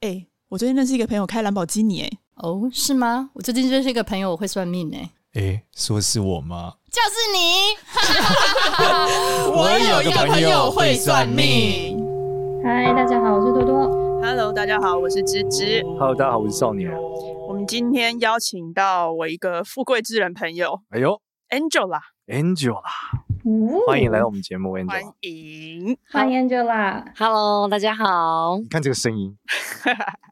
哎、我最近认识一个朋友开兰博基尼、哎，哦，是吗？我最近认识一个朋友，我会算命哎、诶，说是我吗？就是你。我有一个朋友会算命。嗨，大家好，我是多多。 Hello，大家好，我是芝芝。 Hello，大家好，我是少年。我们今天邀请到我一个富贵之人朋友哎呦 Angela， ，Angela，欢迎来到我们节目欢，Angela。迎。欢迎 Angela， Hello，大哦家好。你看这个声音，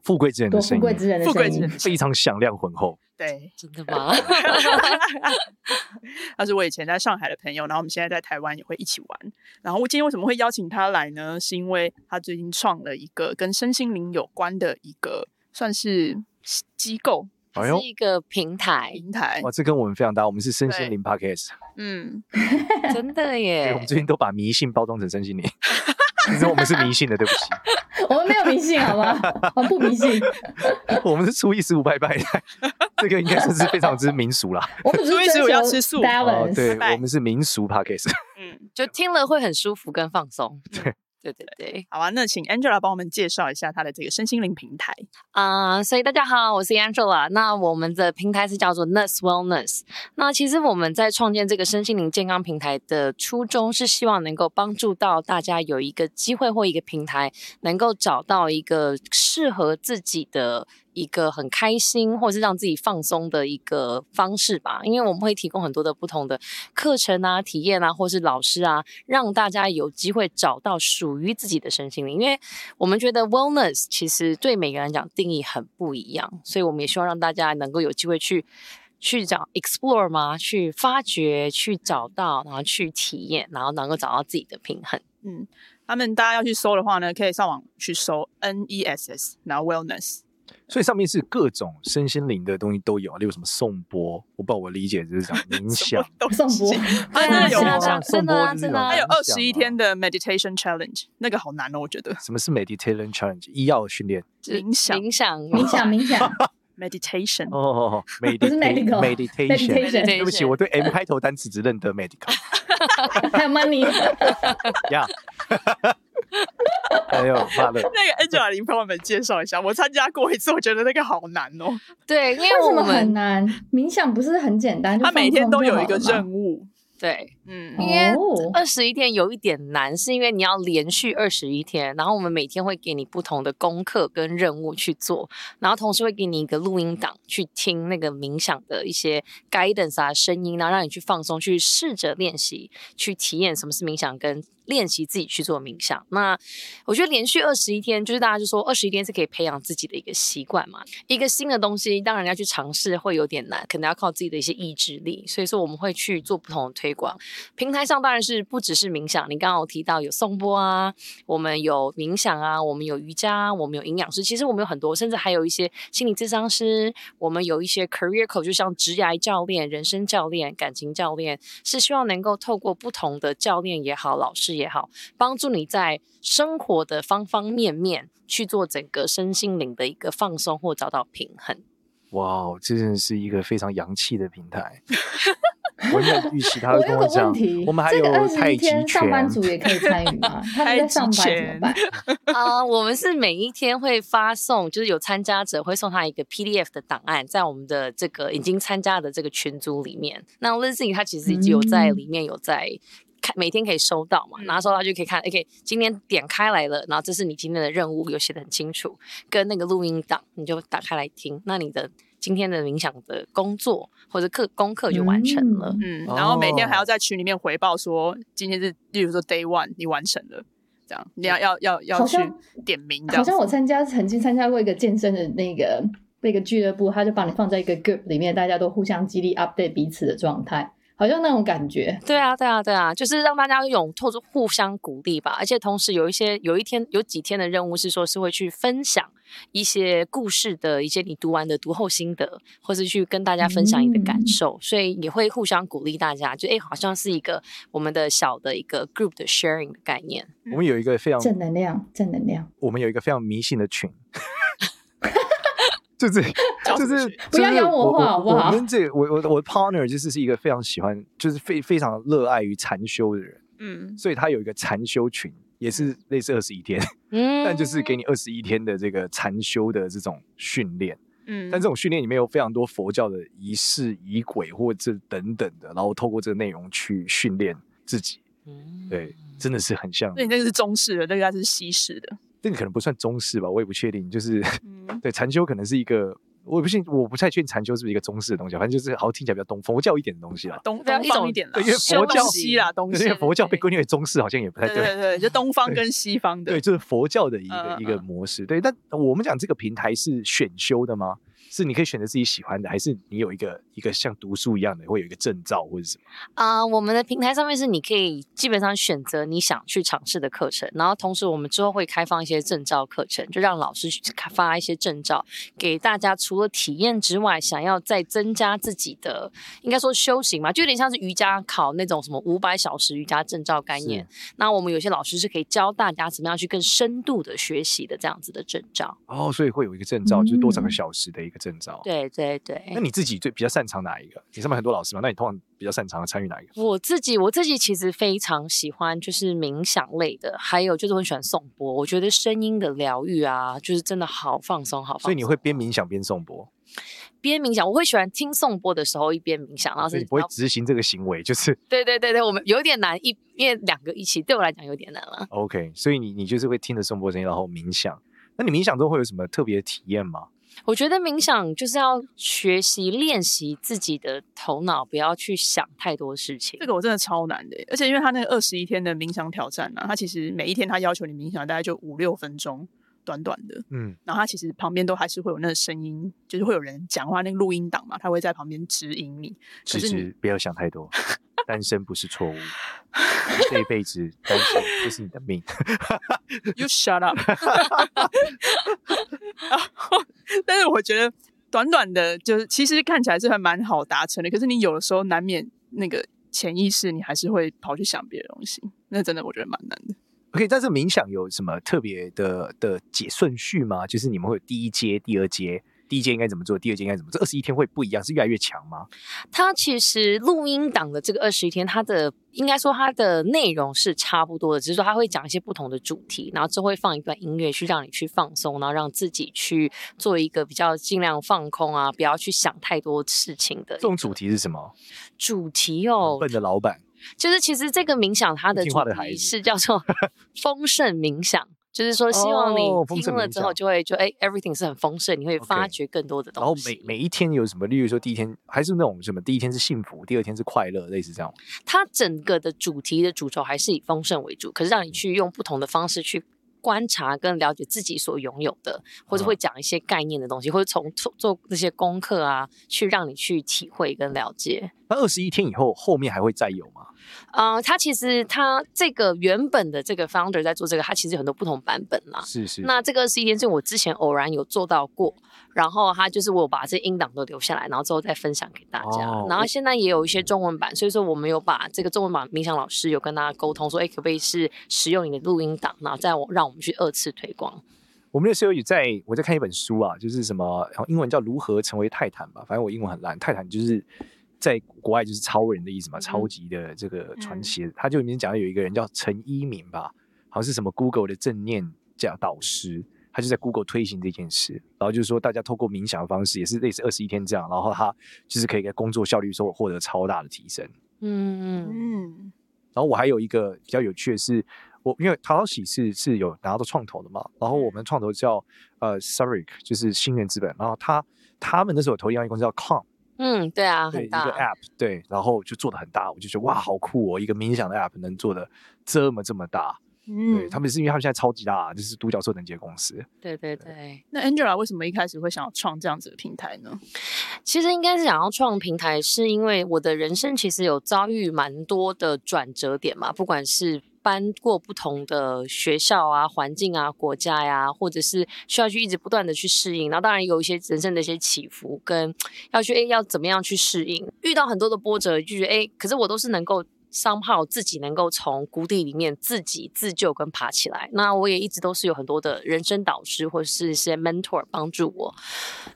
富贵之人的多声富贵之音，人的富贵声之音人。非常响亮浑厚。对，真的吗？ 他是我以前在上海的朋友，然后我们现在在台湾也会一起玩。然后我今天为什么会邀请他来呢？是因为他最近创了一个跟身心灵有关的一个算是机构哎是呦，一个平台，平台哇，。这跟我们非常搭，我们是身心灵 podcast，嗯，真的对我耶们！最近都把迷信包装成身 心灵。你知道我们是迷信的，对不起，我们没有迷信，好吗？我们不迷信，我们是初一十五拜拜的， 这个应该算是非常之民俗 啦。 我们只是所以是我要吃追素哦，求 balance。对拜，拜我们是民俗 podcast。 嗯，就听了会很舒服跟放松。对对对对好啊，那请 Angela 帮我们介绍一下她的这个身心灵平台。啊所以大家好，我是 Angela。那我们的平台是叫做 Nurse Wellness。那其实我们在创建这个身心灵健康平台的初衷是希望能够帮助到大家有一个机会或一个平台，能够找到一个适合自己的一个很开心，或是让自己放松的一个方式吧。因为我们会提供很多的不同的课程啊、体验啊，或是老师啊，让大家有机会找到属于自己的身心灵。因为我们觉得 wellness 其实对每个人来讲定义很不一样，所以我们也希望让大家能够有机会去。去找 explore 嘛，去发掘，去找到，然后去体验，然后能够找到自己的平衡。嗯，他们大家要去搜的话呢，可以上网去搜 N E S S，然后 Wellness。所以上面是各种身心灵的东西都有，例如什么颂钵，我不知道我理解就是讲 冥想，宋波， 他啊那有是吗啊是啊颂真的钵啊就是真那种的啊还有冥二想十一啊天的 meditation challenge，那个好难哦，我觉得。什么是 meditation challenge？医药训练就是冥想冥想， 冥想冥想 meditation，、哦哦哦 medical， meditation。 meditation，对不起，我对 M 开头单词只认得 medical 还有 money， 呀。还有妈的，那 个 Angela，你帮我们介绍一下。我参加过一次，我觉得那个好难哦。对，因为什为我么很们难？冥想不是很简单？就他每天都有一个任务。务，对嗯因为哦二十一天有一点难，是因为你要连续二十一天，然后我们每天会给你不同的功课跟任务去做，然后同时会给你一个录音档去听那个冥想的一些 guidance 啊声音，然后让你去放松，去试着练习，去体验什么是冥想跟。练习自己去做冥想，那我觉得连续二十一天，就是大家就说二十一天是可以培养自己的一个习惯嘛，一个新的东西，当然要去尝试会有点难，可能要靠自己的一些意志力。所以说我们会去做不同的推广。平台上当然是不只是冥想，你刚刚有提到有颂钵啊，我们有冥想啊，我们有瑜伽啊，我们有营养师，其实我们有很多，甚至还有一些心理咨商师，我们有一些 career coach，就像职涯教练、人生教练、感情教练，是希望能够透过不同的教练也好、老师也好，帮助你在生活的方方面面去做整个身心灵的一个放松或找到平衡。哇哦，这真的是一个非常洋气的平 台。我原本预期他我会有跟我个讲问题，，我们还这有个二十太一极天上班拳，族也可以参 与吗？他们在上班怎么办？啊、我们是每一天会发送，就是有参加者会送他一个 PDF 的档案，在我们的这个已经参加的这个群组里面。那 Lizzy 她其实已经有在嗯里面有在。看每天可以收到嘛，然后收到就可以看，OK，今天点开来了，然后这是你今天的任务，有写的很清楚，跟那个录音档你就打开来听，那你的今天的冥想的工作或者课功课就完成了。嗯，然后每天还哦要在群里面回报说今天是，例如说 Day One 你完成了，这样你要要要要好去像点名这好样像我子。参加曾经参加过一个健身的那个那个俱乐部，他就把你放在一个 group 里面，大家都互相激励 update 彼此的状态。好像那种感觉。对啊，对啊，对啊，就是让大家有透出互相鼓励吧。而且同时有一些有一天有几天的任务是说是会去分享一些故事的一些你读完的读后心得，或是去跟大家分享你的嗯感受，所以也会互相鼓励大家，就哎、诶好像是一个我们的小的一个 group 的 sharing 的概念。我们有一个非常，正能量，正能量，我们有一个非常迷信的群， 就是就是就是不要妖魔化好不好我跟这个我我我的 partner 就是是一个非常喜欢，就是非非常热爱于禅修的人，嗯，所以他有一个禅修群，也是类似二十一天，嗯，但就是给你二十一天的这个禅修的这种训练。嗯，但这种训练里面有非常多佛教的仪式、仪轨或这等等的，然后透过这个内容去训练自己。嗯对，真的是很像那，你那个是中式的，那个应该是西式的。这个可能不算中式吧，我也不确定。就是 嗯对禅修可能是一个，我也不信，我不太确定禅修是不是一个中式的东西啊，反正就是好像听起来比较东佛教一点的东西啦。东对啊东一方种一点啦，对因为佛教东西啦，东西因为佛教被对归类为中式，好像也不太对对对，就东方跟西方的对，，就是佛教的一嗯个嗯一个嗯模式。对，但我们讲这个平台是选修的吗？是你可以选择自己喜欢的，还是你有一个一个像读书一样的，会有一个证照或者什么？啊、我们的平台上面是你可以基本上选择你想去尝试的课程，然后同时我们之后会开放一些证照课程，就让老师去开发一些证照给大家，除了体验之外，想要再增加自己的应该说修行嘛，就有点像是瑜伽考那种什么五百小时瑜伽证照概念。那我们有些老师是可以教大家怎么样去更深度的学习的这样子的证照。哦，所以会有一个证照，就是多少个嗯小时的一个证照。。对对对。哦那你自己最比较擅长哪一个？你上面很多老师嘛，那你通常比较擅长参与哪一个？我自己我自己其实非常喜欢就是冥想类的，还有就是我很喜欢颂钵，我觉得声音的疗愈啊，就是真的好放松，好放松。所以你会边冥想边颂钵，边冥想，我会喜欢听颂钵的时候一边冥想，然后哦所是以你不会然后执行这个行为，就是 对对对对，我们有点难一，因为两个一起对我来讲有点难了。 OK。所以你你就是会听着颂钵声音，然后冥想。那你冥想中会有什么特别的体验吗？我觉得冥想就是要学习练习自己的头脑，不要去想太多事情这。个我真的超难的耶，而且因为他那个二十一天的冥想挑战啊，他其实每一天他要求你冥想大概就五六分钟，短短的。嗯，然后他其实旁边都还是会有那个声音，就是会有人讲话，那个录音档嘛，他会在旁边指引你。其可是你实不要想太 多，单身不是错误，这一辈 子单身就是你的命。 You shut up 然后。但是我觉得短短的，就是其实看起来是还蛮好达成的，可是你有的时候难免那个潜意识，你还是会跑去想别的东西，那真的我觉得蛮难的。 OK，但是冥想有什么特别的的解顺序吗？就是你们会有第一阶、第二阶，第一阶应该怎么做，第二阶应该怎么做？二十一天会不一样，是越来越强吗？它其实录音档的这个二十一天，它的应该说它的内容是差不多的，只是说它会讲一些不同的主题，然后之后会放一段音乐去让你去放松，然后让自己去做一个比较尽量放空啊，不要去想太多事情的这种主题是什么？主题很哦。笨的老板，就是其实这个冥想它的听主话的孩题子是 叫做丰盛冥想。就是说，希望你哦丰盛听了冥之后想就会就哎、e v e r y t h i n g 是很丰盛，你会 OK 发掘更多的然后东西。每每一天有什么？例如说，第一天还是那种什么，第一天是幸福，第二天是快乐，类似这样。它整个的主题的主轴还是以丰盛为主，可是让你去用不同的方式去观察跟了解自己所拥有的，或者会嗯讲一些概念的东西，或者从做做那些功课啊，去让你去体会跟了解。那二十一天以后，后面还会再有吗？啊、它其实它这个原本的这个 founder 在做这个，它其实有很多不同版本啦。是是，啊那这个是一件事，我之前偶然有做到过，然后他就是我有把这音档都留下来，然后之后再分享给大家。哦然后我现在也有一些中文版，所以说我们有把这个中文版冥想老师有跟大家沟通说，哎，可不可以是使用你的录音档，然后再我让我们去二次推广。我们那时候也在我在看一本书啊，就是什么，然后英文叫《如何成为泰坦》吧，反正我英文很烂。泰坦就是在国外就是超人的意思嘛，超级的这个传奇。他就里面讲到有一个人叫陈一鸣吧，好像是什么 Google 的正念教导师，他就在 Google 推行这件事，然后就是说大家透过冥想的方式，也是类似二十一天这样，然后他就是可以在工作效率说获得超大的提升。嗯，嗯，然后我还有一个比较有趣的是，我因为陶陶喜是是有拿到创投的嘛，然后嗯我们创投叫呃 Surik，就是新源资本，然后他他们那时候有投另外一个公司叫 Com，嗯，对哦啊，对很一个大。 App，对，然后就做的很大，我就觉得哇好酷哦，一个冥想的 App 能做的这么这么大，对嗯，他们是因为他们现在超级大，就是独角兽等级的公司。对对对。那 Angela 为什么一开始会想要创这样子的平台呢？其实应该是想要创平台，是因为我的人生其实有遭遇蛮多的转折点嘛，不管是。搬过不同的学校啊、环境啊、国家呀、或者是需要去一直不断的去适应。然后当然有一些人生的一些起伏，跟要去哎要怎么样去适应，遇到很多的波折，就觉得哎，可是我都是能够 somehow 自己能够从谷底里面自己自救跟爬起来。那我也一直都是有很多的人生导师或者是一些 mentor 帮助我。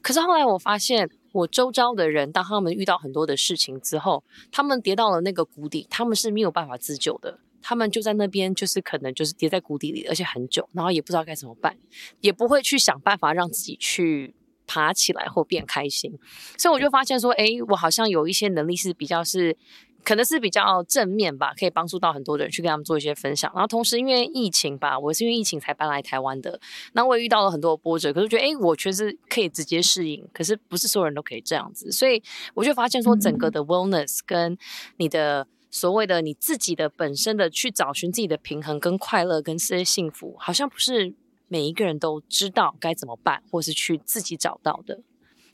可是后来我发现，我周遭的人，当他们遇到很多的事情之后，他们跌到了那个谷底，他们是没有办法自救的。他们就在那边，就是可能就是跌在谷底里，而且很久，然后也不知道该怎么办，也不会去想办法让自己去爬起来或变开心。所以我就发现说，诶，我好像有一些能力是比较是。可能是比较正面吧，可以帮助到很多人去跟他们做一些分享。然后同时因为疫情吧，我是因为疫情才搬来台湾的，那我也遇到了很多的波折，可是觉得诶，我确实可以直接适应，可是不是所有人都可以这样子，所以我就发现说，整个的 wellness 跟你的所谓的你自己的本身的去找寻自己的平衡跟快乐跟这些幸福，好像不是每一个人都知道该怎么办，或是去自己找到的，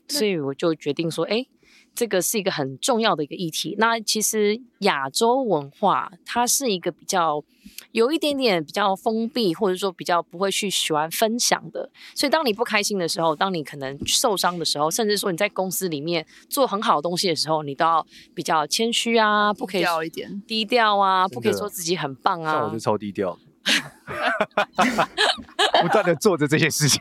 所以我就决定说，诶。这个是一个很重要的一个议题。那其实亚洲文化它是一个比较有一点点比较封闭，或者说比较不会去喜欢分享的。所以当你不开心的时候，当你可能受伤的时候，甚至说你在公司里面做很好的东西的时候，你都要比较谦虚啊，不可以掉一点，低调啊，真不可以的说自己很棒像啊我 就。超低调， 不断的做着这些事情，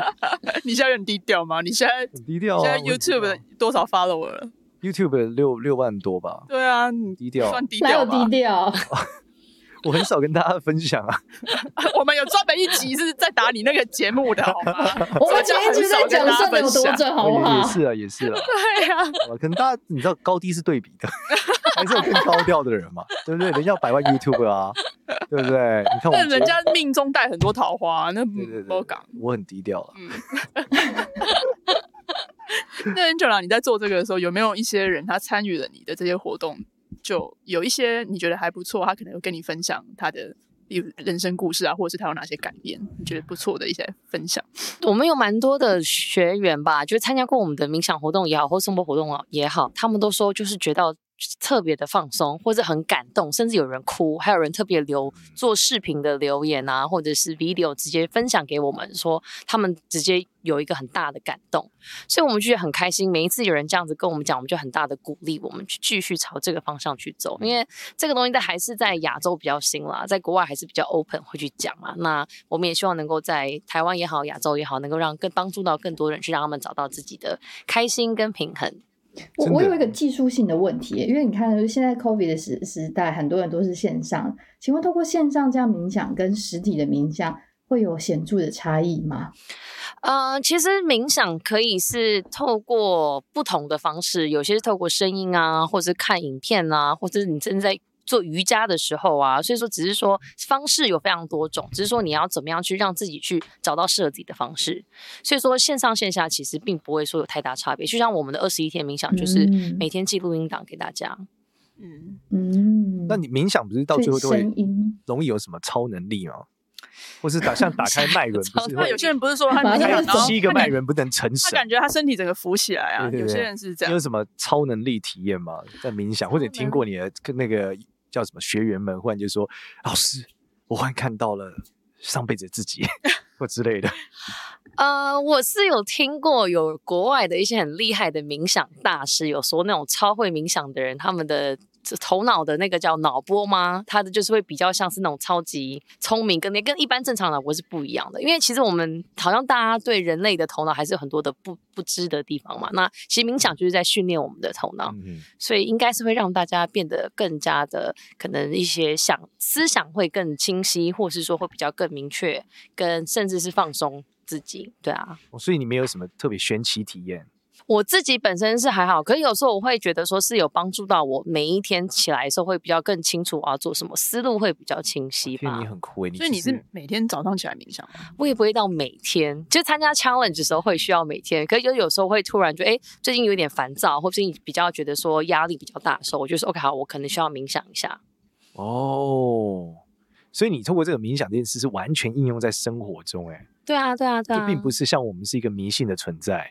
你现在很低调吗？你现在、很低调、啊。现在我很低调 YouTube 多少 follower 了？ YouTube 六六万多吧，对啊，你低调算低哪调有吧 低。调？我很少跟大家分享啊。 我们有专门一集是在打你那个节目的好吗？我们前一直在讲算的有多哦准，好不也好也？是啊，也是啊。对啊，可能大家你知道高低是对比的，还是有更高调的人嘛，对不对？人家有百万 YouTube 啊，对不对？你看我那们人节家命中带很多嗯桃花，啊那目，对对不对讲。，我很低调了。啊那 Angela，你在做这个的时候，有没有一些人他参与了你的这些活动，就有一些你觉得还不错，他可能有跟你分享他的。例如人生故事啊，或者是他有哪些改变，你觉得不错的一些分享。 我们有蛮多的学员吧，就参加过我们的冥想活动也好，或生活活动也好，他们都说就是觉得特别的放松，或者很感动，甚至有人哭，还有人特别留做视频的留言啊，或者是 video 直接分享给我们，说他们直接有一个很大的感动，所以我们就觉得很开心。每一次有人这样子跟我们讲，我们就很大的鼓励，我们去继续朝这个方向去走，因为这个东西在还是在亚洲比较新啦，在国外还是比较 open 会去讲嘛。那我们也希望能够在台湾也好，亚洲也好，能够让更帮助到更多人，去让他们找到自己的开心跟平衡。我真的嗯我有一个技术性的问题耶，因为你看，现在 COVID 的时时代，很多人都是线上。请问，透过线上这样冥想跟实体的冥想会有显著的差异吗？呃，其实冥想可以是透过不同的方式，有些是透过声音啊，或者是看影片啊，或者是你正在做瑜伽的时候啊，所以说只是说方式有非常多种，只是说你要怎么样去让自己去找到适合自己的方式。所以说线上线下其实并不会说有太大差别，就像我们的二十一天冥想，就是嗯每天记录音档给大家。嗯，嗯，那你冥想不是到对最后都会声音容易有什么超能力吗？或是打像打开脉轮，不是超那会有些人不是说他反正冥他想人然后七个脉轮不能成他神感？觉他身体整个浮起来啊。对对对有些人是这你样有，什么超能力体验吗？在冥想，或者你听过你的跟那个叫什么学员们，忽然就说：“老师，我忽然看到了上辈子的自己” 或之类的，呃，我是有听过有国外的一些很厉害的冥想大师，有说那种超会冥想的人，他们的头脑的那个叫脑波吗？他的就是会比较像是那种超级聪明，跟那跟一般正常脑波是不一样的。因为其实我们好像大家对人类的头脑还是有很多的不不知的地方嘛。那其实冥想就是在训练我们的头脑，嗯，所以应该是会让大家变得更加的可能一些想思想会更清晰，或是说会比较更明确，跟甚至是放松自己。对啊，哦所以你没有什么特别玄奇体验，我自己本身是还好，可是有时候我会觉得说是有帮助到我每一天起来的时候会比较更清楚我要做什么，思路会比较清晰因为吧你。很亏，所以你就是每天早上起来冥想吗，我也不会到每天，就参加 challenge 的时候会需要每天，可是有有时候会突然觉得，哎、最近有点烦躁，或者你比较觉得说压力比较大的时候，我就说 OK 好，我可能需要冥想一下。哦。所以你透过这个冥想这件事是完全应用在生活中、欸，哎，对啊，对啊，对啊，就并不是像我们是一个迷信的存在。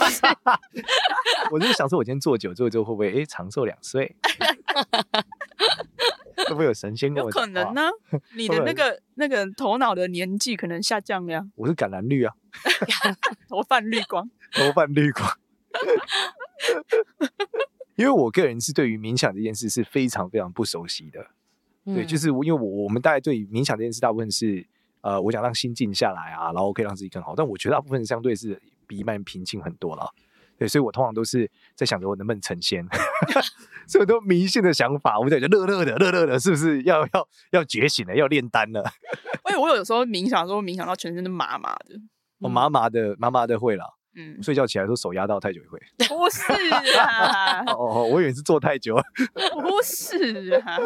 我就想说，我今天做久做之后会不会哎长寿两岁？ 会不会有神仙跟有我可讲话能呢、啊 你的那个那个头脑的年纪可能下降了呀，我是橄榄绿啊，头泛绿光。头发绿光。 因为我个人是对于冥想这件事是非常非常不熟悉的，对，嗯就是我因为我我们大概对于冥想这件事，大部分是呃，我想让心静下来啊，然后可以让自己更好。但我觉得大部分相对是比一般人平静很多了，对，所以我通常都是在想着我能不能成仙， 所以我都迷信的想法，我在觉得乐乐的乐乐的，是不是要要要觉醒了，要炼丹了？嗯哎，我有时候冥想的时候，冥想到全身都麻麻的。我麻麻的麻麻的会了，嗯，睡觉起来的时候手压到太久也会。不是啊哦，哦，哦我以为是坐太久了。不是啊，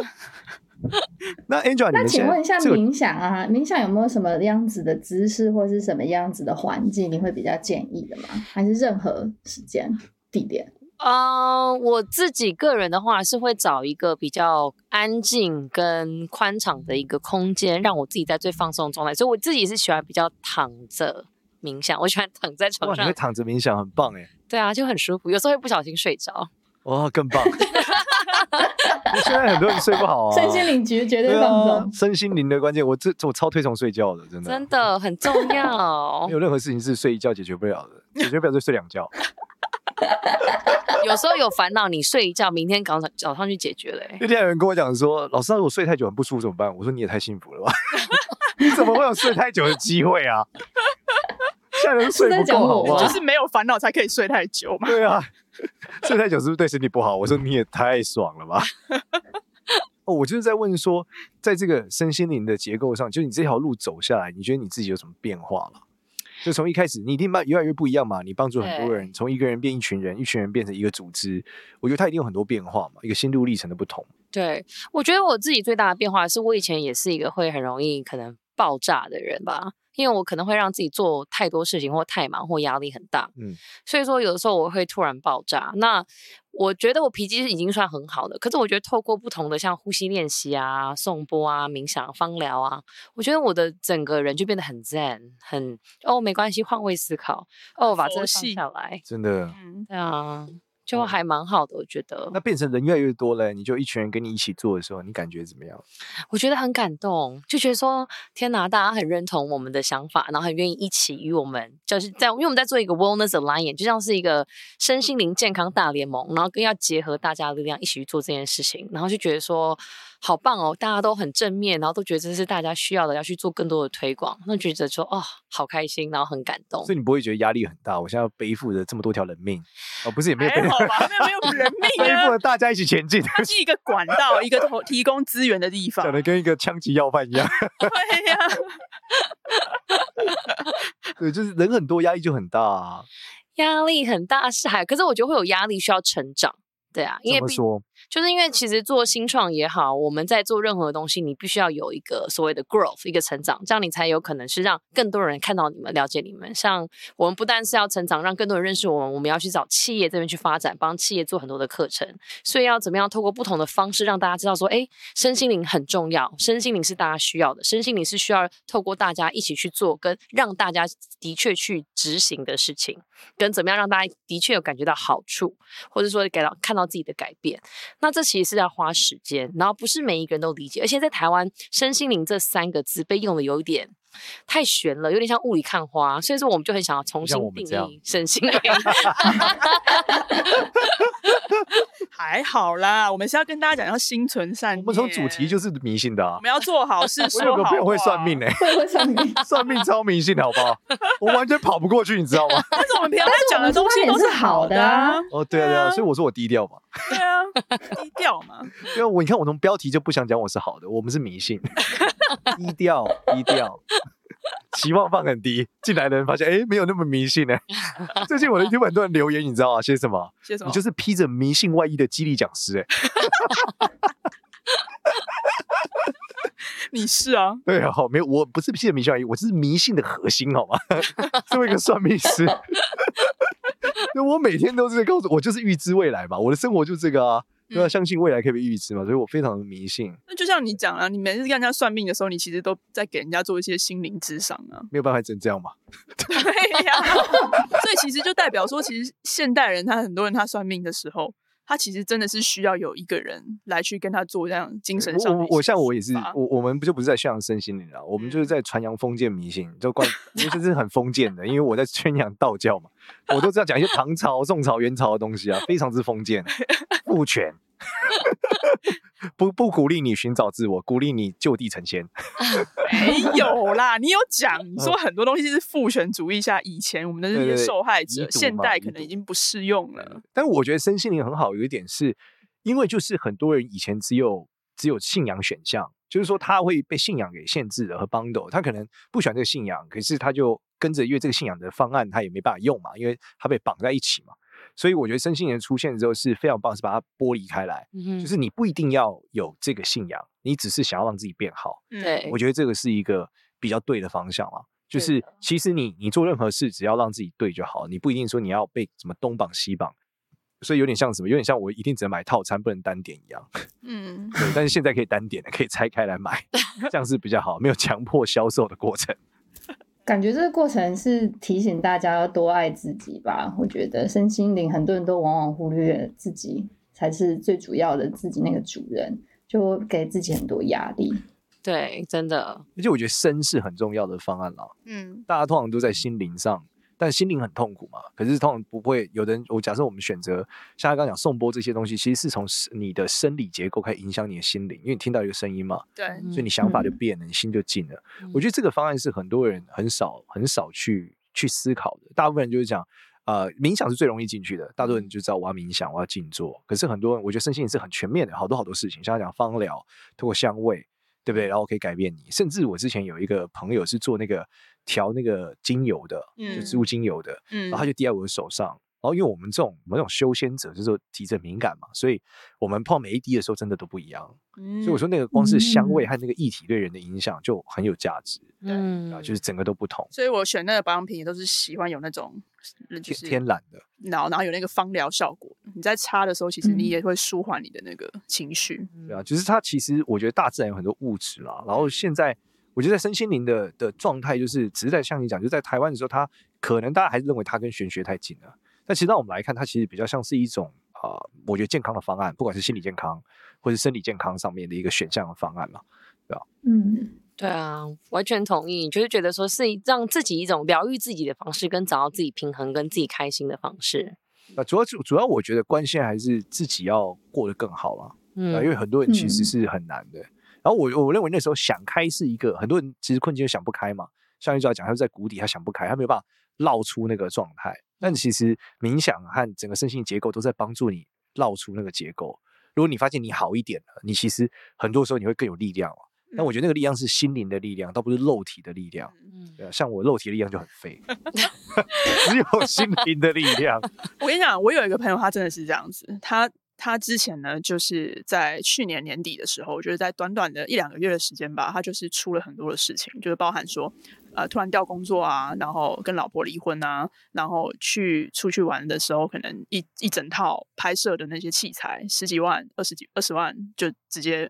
那 Angela，你那们请现在问一下，这个冥想啊，冥想有没有什么样子的姿势，或是什么样子的环境，你会比较建议的吗？还是任何时间、地点？呃，我自己个人的话是会找一个比较安静跟宽敞的一个空间，让我自己在最放松的状态。所以我自己是喜欢比较躺着冥想，我喜欢躺在哇，床你会上，躺着冥想，很棒哎！对啊，就很舒服。有时候会不小心睡着，哇，更棒！现在很多人睡不好啊， 身心灵局绝对对放松。啊，身心灵的关键，我这我超推崇睡觉的， 真的，真的很重哦 要没。有任何事情是睡一觉解决不了 的，解决不了就睡两觉。有时候有烦恼，你睡一觉，明天早上早上去解决了欸、那天有人跟我讲说，老师，那我睡太久很不舒服怎么办？我说你也太幸福了 吧，你怎么会有睡太久的机会啊？现在人睡是在不讲够好我吗吗就？是没有烦恼才可以睡太久嘛。 对啊，睡太久是不是对身体不好？我说你也太爽了吧！哦，我就是在问说，在这个身心灵的结构上，就你这条路走下来，你觉得你自己有什么变化了？就从一开始，你一定慢越来越不一样嘛，你帮助很多人，从一个人变一群人，一群人变成一个组织，我觉得它一定有很多变化嘛，一个心路历程的不同。对，我觉得我自己最大的变化是我以前也是一个会很容易可能爆炸的人吧，因为我可能会让自己做太多事情或太忙或压力很大，嗯嗯，所以说有的时候我会突然爆炸。那我觉得我脾气是已经算很好的，可是我觉得透过不同的像呼吸练习啊、颂钵啊、冥想、芳疗啊，我觉得我的整个人就变得很 zen，很哦没关系，换位思考，哦把这佛个系放下来，真的，嗯，对啊，就哦还蛮好的，我觉得那。变成人越来越多了，你就一群人跟你一起做的时候，你感觉怎么样？我觉得很感动，就觉得说天哪，大家很认同我们的想法，然后很愿意一起与我们，就是在因为我们在做一个 wellness alliance，就像是一个身心灵健康大联盟，然后更要结合大家的力量一起去做这件事情，然后就觉得说好棒哦，大家都很正面，然后都觉得这是大家需要的，要去做更多的推广，那觉得说哦，好开心，然后很感动所。以你不会觉得压力很大？我现在要背负着这么多条人命，哦，不是也没有背负还好，吧，没有没有人命背负啊着。哎大家一起前进。它是一个管道，一个投提供资源的地方讲。的跟一个枪击要犯一样。对呀、 对，就是人很多，压力就很大、啊。压力很大是还，可是我觉得会有压力需要成长，对啊，因怎为么毕说？就是因为其实做新创也好，我们在做任何东西，你必须要有一个所谓的 growth，一个成长，这样你才有可能是让更多人看到你们、了解你们。像我们不但是要成长，让更多人认识我们，我们要去找企业这边去发展，帮企业做很多的课程。所以要怎么样透过不同的方式让大家知道说，哎，身心灵很重要，身心灵是大家需要的，身心灵是需要透过大家一起去做，跟让大家的确去执行的事情，跟怎么样让大家的确有感觉到好处，或者说感到看到自己的改变。那这其实是要花时间，然后不是每一个人都理解，而且在台湾“身心灵”这三个字被用的有一点太悬了，有点像雾里看花，所以说我们就很想要重新像我们定这样义身心灵。还好啦。我们是要跟大家讲要心存善念。我们从主题就是迷信的啊我。们要做好事， 我有说个好朋友会话算命，呢、欸会会上面。 算命超迷信的，好不 好？我完全跑不过去，你知道吗？但是我们平常在讲的东西都好啊。哦，对啊，对 啊，所以我说我低调嘛，对啊，低调嘛。因为我你看我从标题就不想讲我是好的，我们是迷信， 低调低调，期望放很低，进来的人发现哎、诶没有那么迷信呢、欸 最近我的 YouTube 很多人留言，你知道啊，写什么？写什么？你就是披着迷信外衣的激励讲师、欸诶你是啊， 对啊，好没有，我不是信的迷信而已，我是迷信的核心，好吗？ 作为一个算命师， 那我每天都是告诉我就是预知未来嘛，我的生活就是这个啊。对啊，相信未来可以被预知嘛，所以我非常的迷信，那就像你讲啊，你每次跟人家算命的时候，你其实都在给人家做一些心灵智商啊。 没有办法真这样嘛。对呀、所以其实就代表说，其实现代人他很多人他算命的时候，他其实真的是需要有一个人来去跟他做这样精神我上的我一我些像我也是启发，嗯我 我们不就不是在宣扬身心灵了，我们就是在传扬封建迷信，就 关，因为这是很封建的，因为我在宣扬道教嘛，我都知道讲一些唐朝、宋朝、元朝的东西啊，非常之封建，父权， 不不鼓励你寻找自我，鼓励你就地成仙。没有啦，你有讲你说很多东西是父权主义下以前我们的这嗯对些对对受害遗者，毒现嘛代遗可能已毒经不适用了。但我觉得身心灵很好，有一点是，因为就是很多人以前只有只有信仰选项，就是说他会被信仰给限制了和 bundle，他可能不喜欢这个信仰，可是他就跟着，因为这个信仰的方案他也没办法用嘛，因为他被绑在一起嘛。所以我觉得身心灵的出现之后是非常棒，是把它剥离开来，嗯就哼，是你不一定要有这个信仰，你只是想要让自己变好。嗯，对 我觉得这个是一个比较对的方向啦。就对是其实你你做任何事，只要让自己对就好，你不一定说你要被什么东绑西绑。所以有点像什么，有点像我一定只能买套餐，不能单点一样。嗯，对，但是现在可以单点的，可以拆开来 买，这样是比较好，没有强迫销售的过程。感觉这个过程是提醒大家要多爱自己吧。我觉得身心灵很多人都往往忽略自己才是最主要的自己那个主人，就给自己很多压力。对，真的，而且我觉得身是很重要的方案啦。嗯，大家通常都在心灵上，但心灵很痛苦嘛。可是通常不会，有的人我假设我们选择像他刚讲颂钵这些东西，其实是从你的生理结构开始影响你的心灵，因为你听到一个声音嘛，对，嗯所以你想法就嗯变了，你心就静了。我觉得这个方案是很多人很少很少去去思考的，大部分人就是讲。呃，冥想是最容易进去的，大多人就知道我要冥想，我要静坐。可是很多人，我觉得身心灵是很全面的，好多好多事情，像他讲芳疗，透过香味，对不对？然后可以改变你。甚至我之前有一个朋友是做那个调那个精油的，就植物精油的，嗯然后他就滴在我的手上。然后因为我们这种我们这种修仙者就是提着敏感嘛，所以我们泡每一滴的时候真的都不一样。所以我说那个光是香味和那个液体对人的影响就很有价值，嗯啊，就是整个都不同，所以我选那个保养品也都是喜欢有那种，就天是天然的。然后然后有那个芳疗效果，你在擦的时候，其实你嗯也会舒缓你的那个情绪。对啊，就是它其实我觉得大自然有很多物质啦，然后现在我觉得在身心灵的的状态，就是只是在像你讲，就在台湾的时候，它可能大家还是认为它跟玄学太近了，但其实让我们来看，它其实比较像是一种啊、呃我觉得健康的方案，不管是心理健康或是生理健康上面的一个选项的方案嘛。嗯，对啊，完全同意，就是觉得说是让自己一种疗愈自己的方式，跟找到自己平衡跟自己开心的方式。那主要主主要我觉得关键还是自己要过得更好啦。嗯，啊，因为很多人其实嗯是很难的。然后我我认为那时候想开是一个很多人其实困境就想不开嘛，像你主要讲，他是在谷底，他想不开，他没有办法绕出那个状态。但其实冥想和整个身心结构都在帮助你绕出那个结构。如果你发现你好一点了，你其实很多时候你会更有力量了。但我觉得那个力量是心灵的力量，倒不是肉体的力量。嗯对啊像我肉体的力量就很 废，只有心灵的力量。我跟你讲，我有一个朋友，他真的是这样子。他他之前呢，就是在去年年底的时候，就是在短短的一两个月的时间吧，他就是出了很多的事情，就是包含说，呃，突然调工作啊，然后跟老婆离婚啊，然后去出去玩的时候，可能一一整套拍摄的那些器材，十几万、二十几、二十万，就直接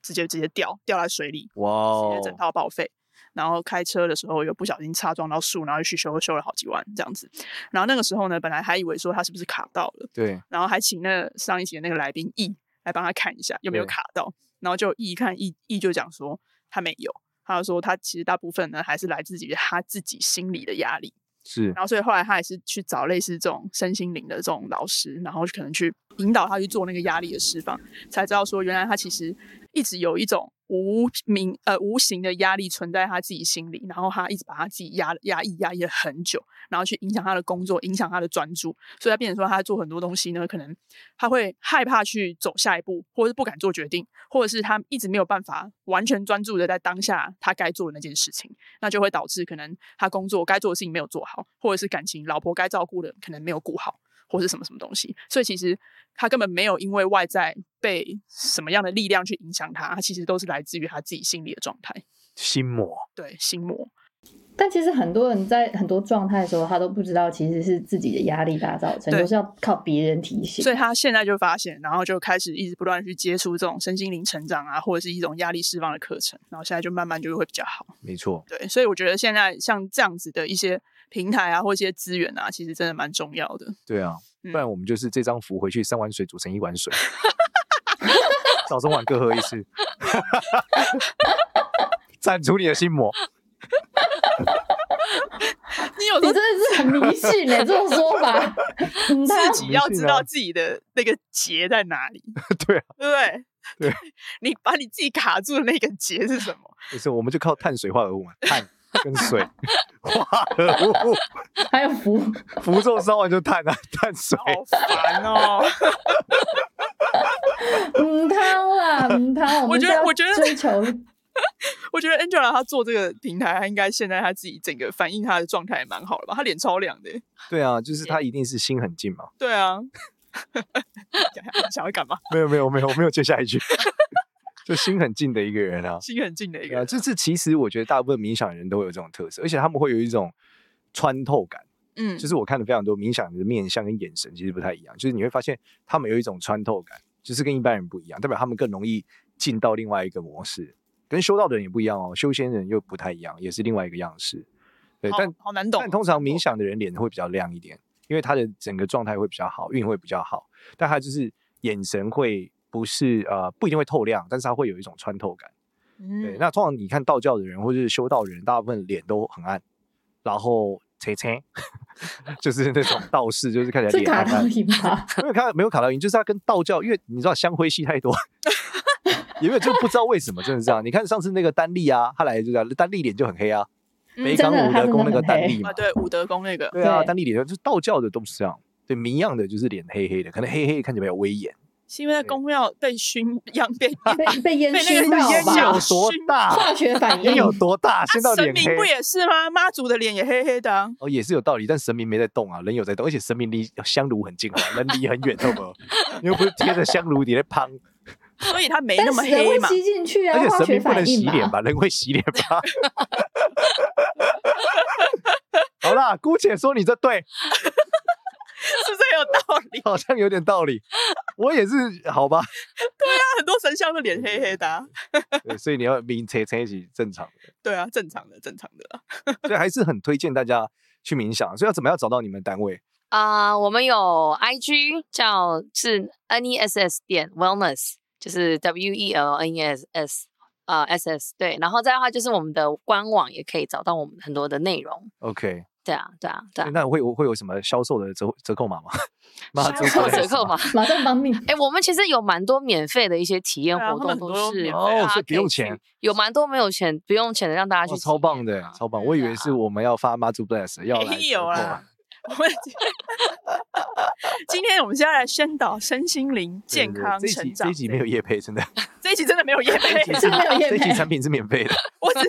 直接直接掉掉在水里，哇直哦接，整套报废。然后开车的时候又不小心擦撞到树，然后又去修，修了好几万这样子。然后那个时候呢，本来还以为说他是不是卡到了，对，然后还请那上一集的那个来宾 E 来帮他看一下有没有对卡到，然后就 E 看 E E 就讲说他没有，他就说他其实大部分呢还是来自于他自己心理的压力。是然后所以后来他也是去找类似这种身心灵的这种老师，然后可能去引导他去做那个压力的释放，才知道说原来他其实一直有一种无名呃无形的压力存在他自己心里，然后他一直把他自己压压抑压抑了很久，然后去影响他的工作，影响他的专注，所以他变成说他做很多东西呢，可能他会害怕去走下一步，或者是不敢做决定，或者是他一直没有办法完全专注的在当下他该做的那件事情。那就会导致可能他工作该做的事情没有做好，或者是感情老婆该照顾的可能没有顾好，或是什么什么东西。所以其实他根本没有因为外在被什么样的力量去影响他，他其实都是来自于他自己心理的状态，心魔。对心魔。但其实很多人在很多状态的时候，他都不知道其实是自己的压力大造成，对都是要靠别人提醒。所以他现在就发现，然后就开始一直不断地去接触这种身心灵成长啊，或者是一种压力释放的课程，然后现在就慢慢就会比较好。没错，对，所以我觉得现在像这样子的一些平台啊，或一些资源啊，其实真的蛮重要的。对啊，嗯不然我们就是这张符回去三碗水煮成一 碗水，早中晚各喝一次， 铲除你的心魔。你有时你候真的是很迷信欸呢、这种说 法。嗯他自己要知道啊自己的那个结在哪里，对啊，对不对？对， 你把你自己卡住的那个结是什么？不是，我们就靠碳水化合物嘛，碳跟 水化合物，还有福，符咒烧完就碳啊，碳水。好烦哦！ 嗯，汤啦，嗯，汤，我我们觉是得要我觉得追求我觉得 Angela 她做这个平台，她应该现在她自己整个反应她的状态也蛮好的吧？她脸超亮的耶。欸对啊，就是他一定是心很静嘛。对啊， 想要干嘛？没有没有没有，我没有接下 一句，就心很静的一个人啊。心很静的一对个啊，人，就是其实我觉得大部分冥想人都有这种特色，而且他们会有一种穿透感。嗯，就是我看了非常多冥想人的面相跟眼神其实不太一样，就是你会发现他们有一种穿透感，就是跟一般人不一样，代表他们更容易进到另外一个模式，跟修道的人也不一样哦，修仙人又不太一样，也是另外一个样式。对，好但好难懂哦。但通常冥想的人脸会比较亮一点，因为他的整个状态会比较好，运会比较好，但他就是眼神会不是呃不一定会透亮，但是他会有一种穿透感。对，嗯，那通常你看道教的人或者是修道人，大部分脸都很暗，然后切切， 就是那种道士，就是看起来是脸卡暗通暗。音 吧？没有看到没有卡到音，就是他跟道教，因为你知道香灰系太 多，也没有就不知道为什么真的是这样。你看上次那个丹丽啊，他来就这样，丹丽脸就很黑啊，嗯北港真的武他德真的宫那很个丹黑丽嘛啊，，对，武德宫那个，对啊，对丹丽脸就是道教的都是这样，对，谜样的就是脸黑黑的，可能黑黑看起来比较威严。是因为在对宫庙被熏殃 被被被烟被那个熏到烟有 吧熏？多大？化学反烟应有多大？先到啊、脸神黑明不。也是吗？妈祖的脸也黑黑的、啊，哦，也是有道理，但神明没在动啊，人有在动，而且神明离香炉很近啊，人离很远，懂 吗？你又不是贴着香炉，你在旁，所以他没但那是么人黑会嘛。吸进去啊，而且化神学明不能反洗应脸嘛。吧？人会洗脸吧？ 好啦，姑且说你这对，是不是很有道理？好像有点道理。我也是，好吧？他很多神像的脸黑黑的、啊，对所以你要明切切起正常的，对啊， 正常的，正常的啦。所以还是很推荐大家去冥想。所以要怎么样找到你们单位？啊、我们有 IG 叫是 NESS 点 Wellness，就是 W E L N E S S 啊 S S 对，然后再的话就是我们的官网也可以找到我们很多的内容。 OK，对啊，对啊，对啊，那会有会有什么销售的折折扣码吗？ 妈折扣折扣嘛。马上帮命，哎、我们其实有蛮多免费的一些体验对啊活他们动，很都多是费免的哦大家所以不可用去钱，有蛮多没有钱不用钱的，让大家去、哇，哦超棒的，超棒！我以为是我们要发妈祖 bless 要来折没有扣啦啊，。我们今天我们现在来宣导身心灵对健对康这一集成长这一。集没有叶配，真的，这一集真的没 有夜配，是没有叶这一集配。产品是免费的，我只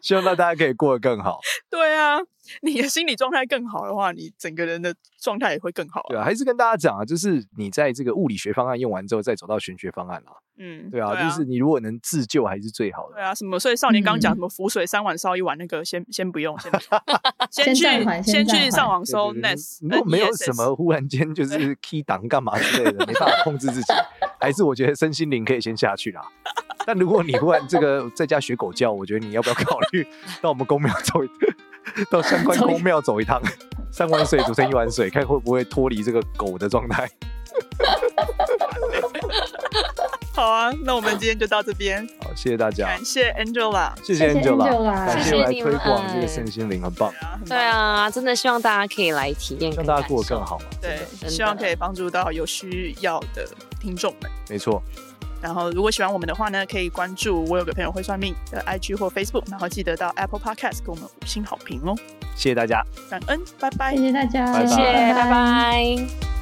希望大家可以过得更好，对啊，你的心理状态更好的话，你整个人的状态也会更好、对啊，还是跟大家讲啊，就是你在这个物理学方案用完之后，再走到玄学方案啦，嗯，对啊，就是你如果能自救还是最好对的，啊，什么？所以少年刚刚讲嗯什么浮水三碗烧一碗，那个先先不用，先不用先暂去缓先先暂去缓上网对搜 E 对对 Ness，如果没有什么忽然间就是 key 档干嘛之类的，没办法控制自己，还是我觉得身心灵可以先下去啦。但如果你忽然这个在家学狗叫，我觉得你要不要考虑到我们公庙走一，到相关公庙走一趟，三碗水煮成一碗水，看会不会脱离这个狗的状态。好啊，那我们今天就到这边，好，谢谢大家感，谢 Angela。谢谢谢谢 Angela， Angela 感谢谢谢来你推们嗯广这个身心灵，很棒，对啊，真的希望大家可以来体验，让大家过得更。好嘛。对真的，希望可以帮助到有需要的听众们。没错，然后，如果喜欢我们的话呢，可以关注“我有个朋友会算命”的 IG 或 Facebook，然后记得到 Apple Podcast 给我们五星好评哦，谢谢大家。感恩，拜拜谢。谢大家，拜谢谢，拜拜拜。